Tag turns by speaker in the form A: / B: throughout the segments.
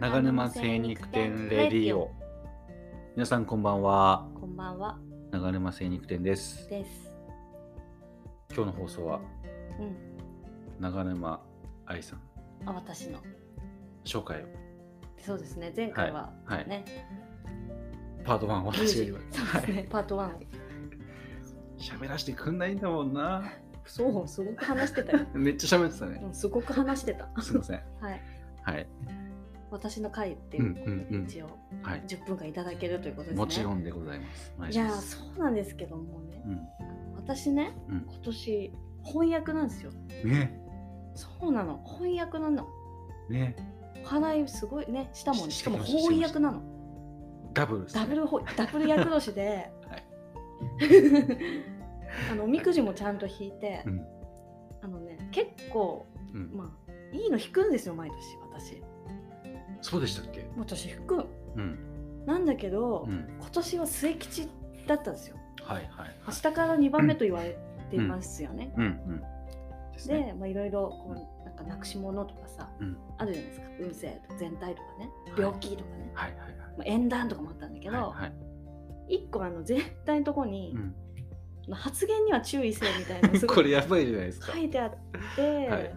A: 長沼精肉店レディオ皆さんこんばんは
B: こんばんは
A: 長沼精肉店です
B: です。
A: 今日の放送は
B: うん、
A: 長沼愛さん
B: あ私の
A: 紹介を
B: そうですね。前回は
A: はい
B: ね、
A: パート1を私が
B: ミュ
A: 言わ
B: ージ ックそ
A: れ
B: うですね。パート1。
A: 喋らせてくんないんだもんな
B: そう、すごく話してたよ。
A: めっちゃ喋ってたね
B: うんすごく話してた。
A: すいません
B: はい。
A: はい
B: 私の回っていうこと
A: うんうんうん
B: で一応
A: はい
B: 10分間いただけるということですね。
A: もちろんでございますお願い
B: い
A: し
B: や
A: ま
B: ー
A: す
B: そうなんですけどもね、
A: う
B: 私ね、
A: うん
B: 今年翻訳なんですよ。
A: んね
B: そうなの、翻訳なの。
A: ね
B: お花いすごいね、したもんね。
A: し
B: しかも翻訳なの。
A: ダブルですね
B: ダブルほダブル役同士で、
A: はい
B: あのおみくじもちゃんと引いて、
A: うん
B: あのね結構
A: うん
B: まあいいの引くんですよ毎年私
A: そうでしたっけ
B: 私引くん
A: うん
B: なんだけど、
A: うん
B: 今年は末吉だったんですよ
A: はいはいは
B: 明
A: い
B: 日から2番目と言われていますよね、
A: うんうんですね
B: でまあいろいろこうなんかなくし物とかさ、
A: うん
B: あるじゃないですか運勢とか全体とかね
A: はい
B: 病気とかね、
A: はいはいはい
B: まあ、縁談とかもあったんだけど、
A: はいはい
B: 一個あの全体のとこに
A: う、ん
B: まあ発言には注意せよみたいなのすごい
A: これやばいじゃないですか。
B: 書いてあって、
A: はいはい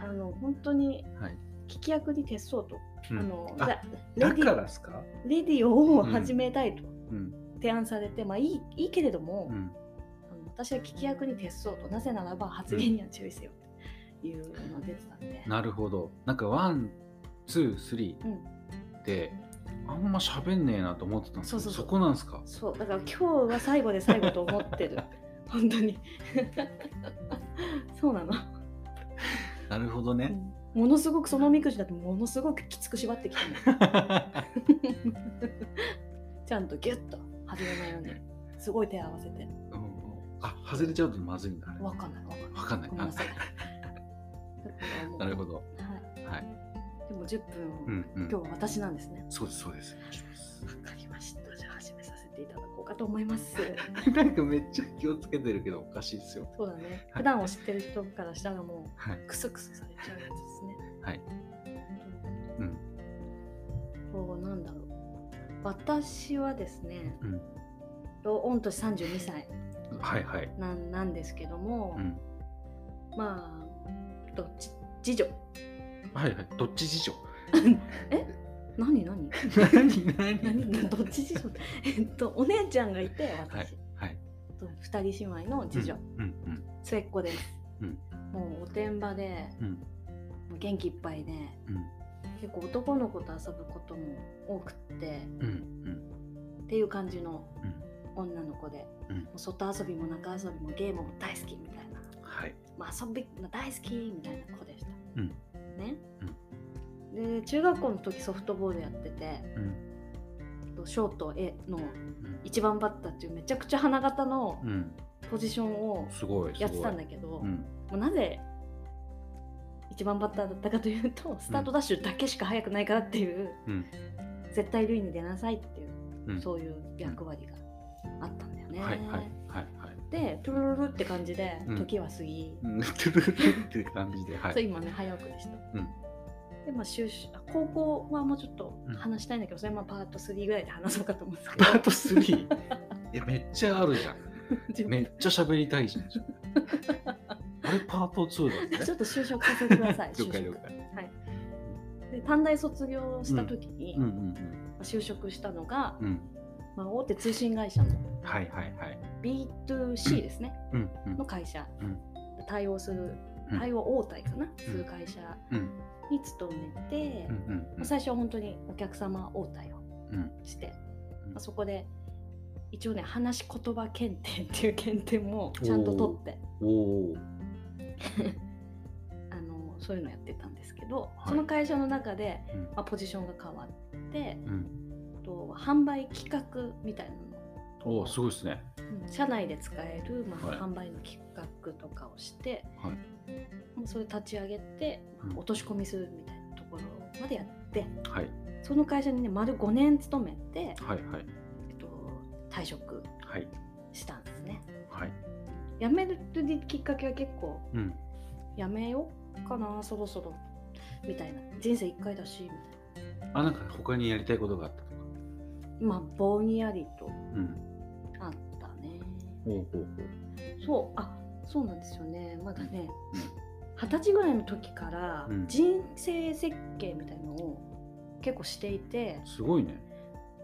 B: あの本当に
A: はい。
B: 聞き役に徹そうと、
A: うん
B: あのだ
A: あだ
B: レデ
A: か
B: ィ
A: らですか。
B: レディオを始めたいと
A: うん
B: 提案されて、まあいいいいけれども、
A: うん
B: あの私は聞き役に徹そうとなぜならば発言には注意せよっていうのが出てたんで、
A: なるほど。なんかワンツースリ
B: うん、
A: ーってあんま喋んねえなと思ってたんですけど
B: そうそうそう
A: こなんですか。
B: そうだから今日は最後で最後と思って る本当に そうなの、
A: なるほど
B: う
A: ね。
B: んものすごくそのおみくじだってものすごくきつく縛ってきたの ちゃんとギュッと外れないようにすごい手合わせて
A: うんうんあ外れちゃうとまずいんだね。
B: わかんないわかんない
A: わかんない
B: ごめんなさい
A: あなるほ
B: ど、
A: ど。
B: はい、
A: はい。
B: でも10分を、
A: うんう
B: 今
A: ん。
B: 日は私なんですね
A: そうですそうです。お願いします
B: わかりましたじゃあ始めさせていただこうかと思います
A: なんかめっちゃ気をつけてるけどおかしいですよ。
B: そうだね普段を知ってる人からしたらも。
A: はいう
B: クスクスされちゃうやつですね
A: はいうん
B: こうなんだろう私はですね、
A: うん
B: と御年32歳
A: はいはい。
B: なんなんですけども、
A: うん。
B: まあどっち次女
A: はいはい。どっち事情。
B: 何何
A: 何何
B: 何 どっち次女ってえっとお姉ちゃんがいて私、
A: はい。
B: と2人姉妹の次女、
A: うんうん
B: 末っ子です、
A: うん
B: もうおてんばで
A: うん
B: もう元気いっぱいで結構男の子と遊ぶことも多くって
A: うんうん
B: っていう感じの
A: うん。
B: 女の子で、
A: うん
B: もう外遊びも中遊びもゲームも大好きみたいな、
A: はい。
B: まあ、遊びの大好きみたいな子でした、
A: うん
B: ね、で中学校の時ソフトボールやってて
A: うん
B: とショート A の
A: うん
B: 一番バッターっていうめちゃくちゃ花形の
A: うん。
B: ポジションを
A: すごい。
B: やってたんだ
A: け
B: けど、
A: どうん。
B: もうなぜ一番バッターだったかというとスタートダッシュだけしか速くないからっていう、
A: うん
B: 絶対塁に出なさいっていう、
A: うん
B: そういう役割があったんだよね。
A: はいはいはいはい。
B: でトゥルルルって感じで
A: うん
B: 時は過ぎ、
A: うんト ゥルルルっていう感じで。は
B: そう
A: い。
B: 今ね早送りした。
A: うん
B: でまあ、就職あ高校はもうちょっと
A: うん
B: 話したいんだけど、それはまあパート3ぐらいで話そうかと思うんですけ
A: パ
B: ど
A: ート3。いやめっちゃあるじゃん。
B: 自分
A: めっちゃ喋りたいじゃん。あれパート2だ
B: ち
A: ね。
B: ょっと就職させてください
A: 了
B: 就
A: 解了
B: 職
A: 解。
B: で短大卒業した時に、
A: うんう
B: ま
A: ん
B: あ就職したのが、
A: うんうん。
B: まあ、大手通信会社の
A: はいはいはい。
B: B2C ですね、
A: うんうん
B: の会社、
A: うん
B: 対応する
A: うん
B: 対応応対かな、する
A: うん
B: 会社
A: うん
B: に勤めて、
A: うん
B: ま
A: うんう
B: あ
A: ん
B: 最初は本当にお客様応対を
A: うん
B: して、
A: うん
B: まあそこで一応ね話し言葉検定っていう検定もちゃんと取って
A: おおー。
B: あのそういうのやってたんですけど、
A: はい
B: その会社の中で、
A: うん
B: まあ、ポジションが変わって
A: うん。
B: と販売企画みたいなの
A: おおすごいですね。
B: うん社内で使える、まあ
A: はい
B: 販売の企画とかをして、
A: はい
B: もうそれ立ち上げて、ま
A: うん
B: あ落とし込みするみたいなところまでやって
A: はい
B: その会社にね丸5年勤めて、
A: はいはい
B: えっと、退職
A: はい
B: したんですね
A: はい。
B: 辞めるきっかけは結構
A: うん
B: 辞めようかなそろそろみたいな人生1回だしみたいな
A: あ、なんか他にやりたいことがあったとか。
B: 今ぼんやりと
A: うん。
B: あったね
A: ほうほうほう。
B: そうあそうなんですよねまだね
A: うん
B: 二十歳ぐらいの時から
A: うん
B: 人生設計みたいのを結構していて
A: すごいね。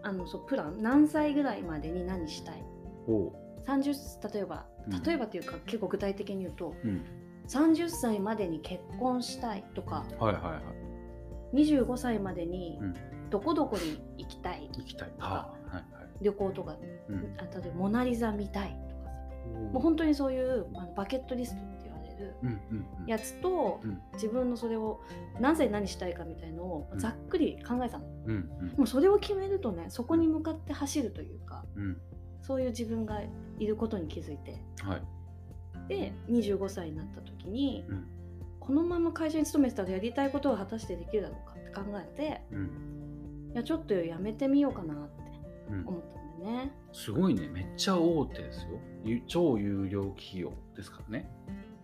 B: あのそうプラン何歳ぐらいまでに何したい
A: ほ
B: 30例えば
A: うん
B: 例えばっていうか、結構具体的に言うと
A: う。うん。
B: 30歳までに結婚したいとか
A: はいはいはい。
B: 25歳までに
A: うん
B: どこどこに行きたい、
A: 行きたい。はあ、はいはい。
B: 旅行とか
A: うん。
B: あ例えば「モナ・リザ」見たいとかさもう本当にそういうあのバケットリストって言われる
A: うんうんうん。
B: やつと、
A: うん
B: 自分のそれを何歳何したいかみたいのを
A: うん
B: ざっくり考えたの、
A: うんうん
B: もうそれを決めるとねそこに向かって走るというか
A: うん。
B: そういう自分がいることに気づいて
A: はい。
B: で25歳になった時に、
A: うん
B: このまま会社に勤めてたらやりたいことが果たしてできるだろうかって考えて
A: うん
B: いやちょっとやめてみようかなって
A: うん。
B: 思ったんだよね。
A: すごいね。めっちゃ大手ですよ。ゆ超有料企業ですからね。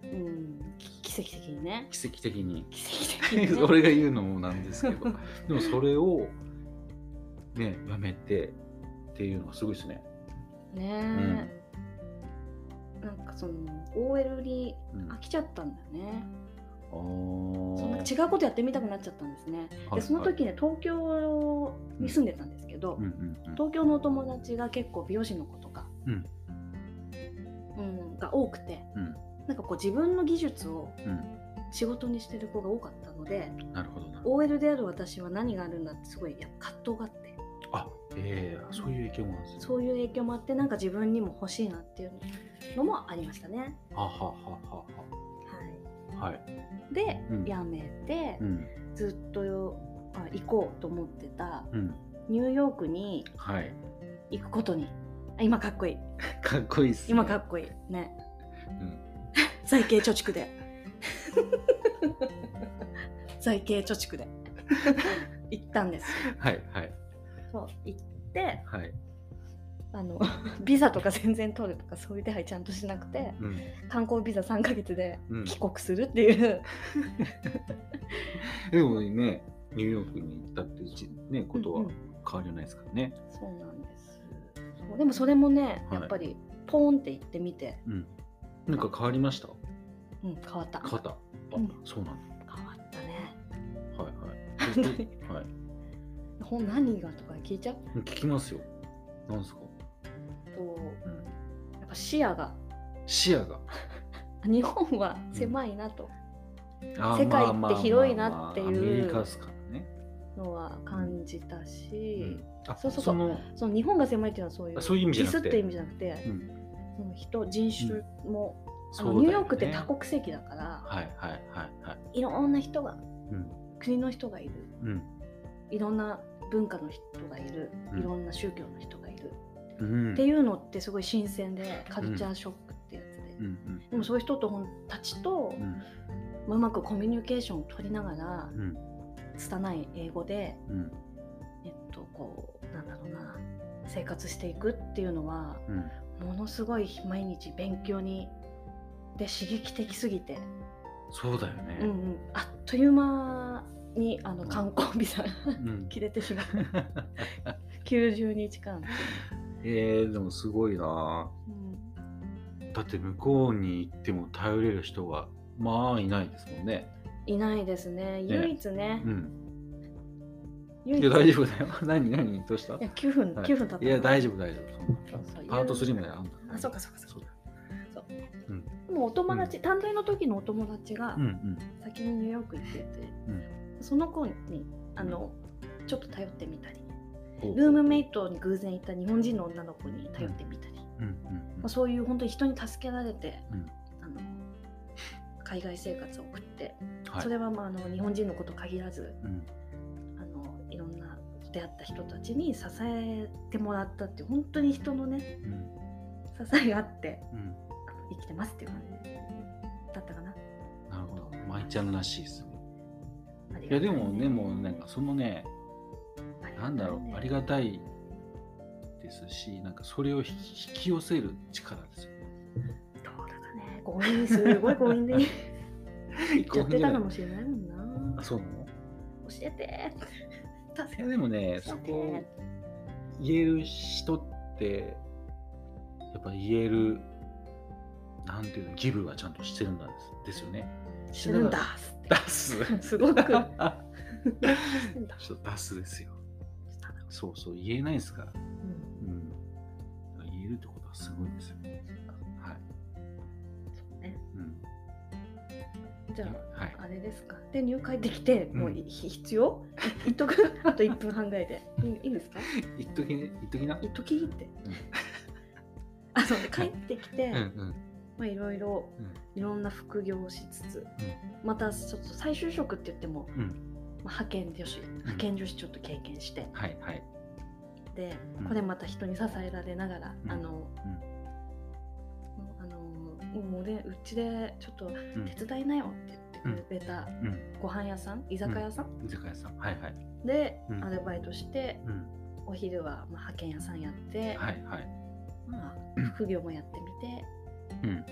B: うん、き奇跡的にね。
A: 奇跡的 に。
B: 奇跡的に、ね。
A: 俺が言うのもなんですけ ど。でもそれを、ね、やめてっていうのがすごいですね。
B: ねえなんかその OL に
A: うん、
B: 飽きちゃったんだよね。
A: あー
B: そんな違うことやってみたくなっちゃったんですね。
A: はい
B: でその時ね東京に住んでたんですけど、
A: はいうんうんうん
B: 東京のお友達が結構美容師の子とか、
A: うん
B: うんが多くて、
A: うん
B: なんかこう自分の技術を
A: うん
B: 仕事にしてる子が多かったので、
A: なるほどな。
B: OL である私は何があるんだってすごいやっぱ葛藤があって
A: あええそういう影響もあるんですね。
B: そういう影響もあってなんか自分にも欲しいなっていうのもありましたね。
A: はははは
B: は
A: は。はい。
B: い、で、
A: うん
B: やめて、
A: うん。
B: ずっとあ行こうと思ってた
A: うん。
B: ニューヨークに
A: はい。
B: 行くことにあ今かっこいい
A: かっこいいっす、ね。
B: 今かっこいいね
A: うん。
B: 財形貯 蓄で財形貯蓄で行ったんですよ
A: はいはい
B: そう行って
A: はい。
B: あの ビザとか全然取るとかそういう手配ちゃんとしなくて
A: うん。
B: 観光ビザ3ヶ月で
A: うん、
B: 帰国するっていう、
A: でもね、ニューヨークに行ったっていうじ、ね、ことは
B: うんうん
A: 変わりはないですからね。
B: そうなんですそうでもそれもね
A: はい
B: やっぱりポーンって行ってみて、
A: うん。なんか変わりました
B: うん、変わった変わ
A: 肩。あ、
B: うん
A: そうなん
B: ったね
A: だ。はいはい。
B: 本 当に
A: はい。
B: ほん何がとか聞いちゃう
A: 聞きますよ。なんですか、
B: と
A: うん、
B: やっぱ視野が
A: 視野が。
B: 日本は狭いなと
A: あー
B: 世界って
A: まあまあまあ
B: 広いなっていう
A: アメリカですからね。
B: のは感じた
A: う
B: し、
A: ん、あ
B: そうそうそう
A: その
B: その日本が狭いっていうのはそういう
A: あそういう意味じゃなく
B: ディス
A: て
B: って意味じゃなくて、
A: うん
B: その人人種も、
A: そ
B: あの
A: うだよね
B: ニューヨークって多国籍だから
A: はいはいはいはい。
B: いろんな人が、
A: ん
B: 国の人がいる
A: うん。
B: いろんな文化の人がいる
A: うん
B: いろんな宗教の人がいる、
A: うん
B: っていうのってすごい新鮮でカルチャーショックってやつで、
A: うんうん
B: でもそういう人とほんたちと
A: うん
B: うまくコミュニケーションを取りながら
A: うん
B: 拙い英語で
A: うん
B: えっと、こうなんだろうな生活していくっていうのは
A: うん
B: ものすごい毎日勉強にで刺激的すぎて、
A: そうだよ
B: うんう
A: ね。
B: ん、あっという間にあの
A: うん
B: 観光ビザが
A: うん
B: 切れて しまう90日間、
A: えー、でもすごいな
B: うん
A: だって向こうに行っても頼れる人はまあいないですもんね。
B: いないですね
A: ね
B: 唯一ね
A: うん。
B: 唯
A: い
B: 一
A: や大丈夫だよ。 何何どうした？
B: いや9分、
A: はい
B: 9分経った
A: いや大丈夫大丈
B: そうそう
A: 夫。パート3まであんだ。
B: あそうかそうかそうか
A: そうだよ。
B: もうお友達、単独の時のお友達が
A: うんうん。
B: 先にニューヨーク行ってて、
A: うん
B: その子にあの、ちょっと頼ってみたり
A: ほう
B: ルームメイトに偶然いた日本人の女の子に頼ってみたり、ま
A: うんうん
B: あ、そういう本当に人に助けられて、
A: うん
B: あの海外生活を送って、
A: うん。はい
B: そ。れはまああの日本人のこと限らず
A: うん
B: あのいろんな出会った人たちに支えてもらったっていう本当に人のね
A: うん
B: 支えがあって
A: うん。
B: あの生きてますっていう感じだったかな。
A: なるほど。舞ちゃんらしいですね。
B: あり
A: いや
B: がた
A: で
B: ね
A: もねもうなんかそのねなんだろうあり
B: が
A: がたいですしなんかそれを引き引き寄せる力ですよ
B: たいねどうだかね強引にすごい強 引で言っ
A: ね。
B: ちゃってたかもしれないもんな
A: あそうなの
B: 教えてった
A: いやでもねそこを言える人ってやっぱ言えるなんていうのギブはちゃんとしてるんですですよね。
B: 死ぬんだ
A: 出 す
B: すごく
A: ちょっ
B: 死ぬんだ
A: と出すですよ。そうそう言えないですから。
B: うん
A: うん、言えるってことはすごいですよ。はい。
B: そうね
A: うん、
B: じゃあ
A: はい。
B: あれですか。で、入会できて、
A: うん
B: もうい、ひ必要いいっとく あと1分半ぐらいで。いいいいんですか
A: 一時ね、一時な。
B: いっときって。あそう帰ってきて、
A: うんうん
B: まあ、いろいろ
A: うん
B: いろんな副業をしつつ、またちょっと再就職って言っても、
A: うん
B: まあ、派遣女子派遣女子ちょっと経験して、
A: はいはい。
B: で
A: うん
B: これまた人に支えられながら、
A: うん
B: あの、あのもうねうちでちょっと
A: うん
B: 手伝いなよって言ってくれた
A: うん。
B: ご飯屋さん居酒屋さん、
A: 居酒屋さん。はいはい。
B: で、
A: うん
B: アルバイトして
A: うん。
B: お昼はまあ派遣屋さんやって、
A: はいはい。
B: ま
A: うん
B: あ、副業もやってみて、
A: うん。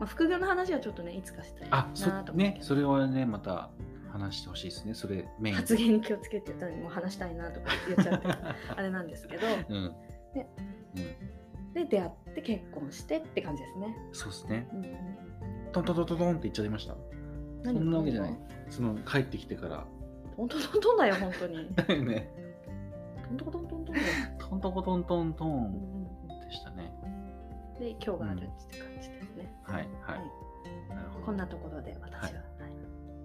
B: まあ、副業の話はちょっとねいつかしたいな
A: あ、そ
B: と思って、
A: ね、それはね、また話してほしいですね。それメイン。
B: 発言に気をつけて言ったのにもう話したいなとか言っちゃってあれなんですけど
A: うん。
B: ね
A: うん。
B: で出会って結婚してって感じですね。
A: そうですね。
B: うん
A: トントントントントンって言っちゃいました。
B: うん、
A: そんなわけじゃない。その帰ってきてから。
B: 本当トントンだよ本当に。
A: だよね。
B: トントコトントントンだよ。
A: トントコトントント
B: うん
A: ン
B: うん
A: でしたね。
B: うんで今日があるって感じですね。
A: はいはい。なるほど。
B: こんなところで私は。はい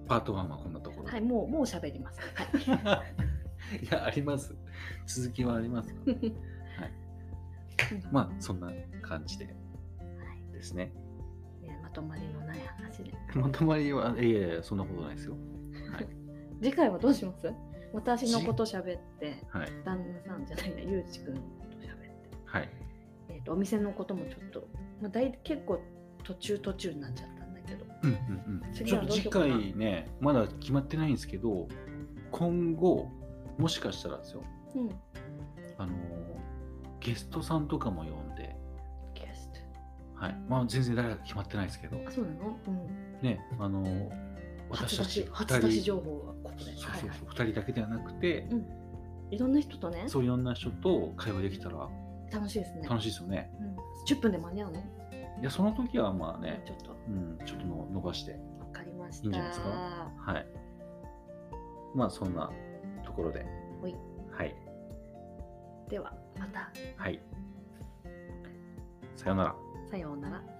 A: パート1はこんなところで
B: はい、もうもう喋ります。はい
A: いや、あります。続きはあります。
B: うん
A: まあ、そんな感じで
B: はい
A: ですね。
B: ねまとまりのない話で。
A: まとまりは、いやいやいや、そんなことないですよ。
B: 次回はどうします私のこと喋って、
A: はい。
B: 旦那さんじゃないな、ゆうちくんのこと喋って、
A: はい。
B: えーと、お店のこともちょっと、まあ、だい結構途中途中になっちゃったんだけど、
A: うんうんうん。
B: 次
A: ちょ
B: は
A: っ
B: ど
A: と
B: うし
A: 次
B: ようかな
A: 回ね、まだ決まってないんですけど、今後、もしかしたらですよ、
B: うん、
A: あのー、ゲストさんとかも呼んで、
B: ゲスト。
A: はい。まあ、全然誰か決まってないですけど、
B: あ、そうなのうん。
A: ね、あのー、私たち
B: 初出し初出し
A: 人、
B: 情報はここで。
A: そう
B: は
A: そ
B: いうはい
A: そう、2人だけではなくて、
B: いろんな人とね、
A: そういろんな人と会話できたら
B: 楽しいですね。
A: 楽しいですよね。
B: うん、10分で間に合うの
A: いや、その時はまあね、
B: ちょっと
A: うん、ちょっとの伸ばして、
B: わかりました。
A: いいんじゃないですかはい。まあ、そんなところで。
B: ほい
A: はい。
B: ではまた
A: はい。さようなら。
B: さようなら。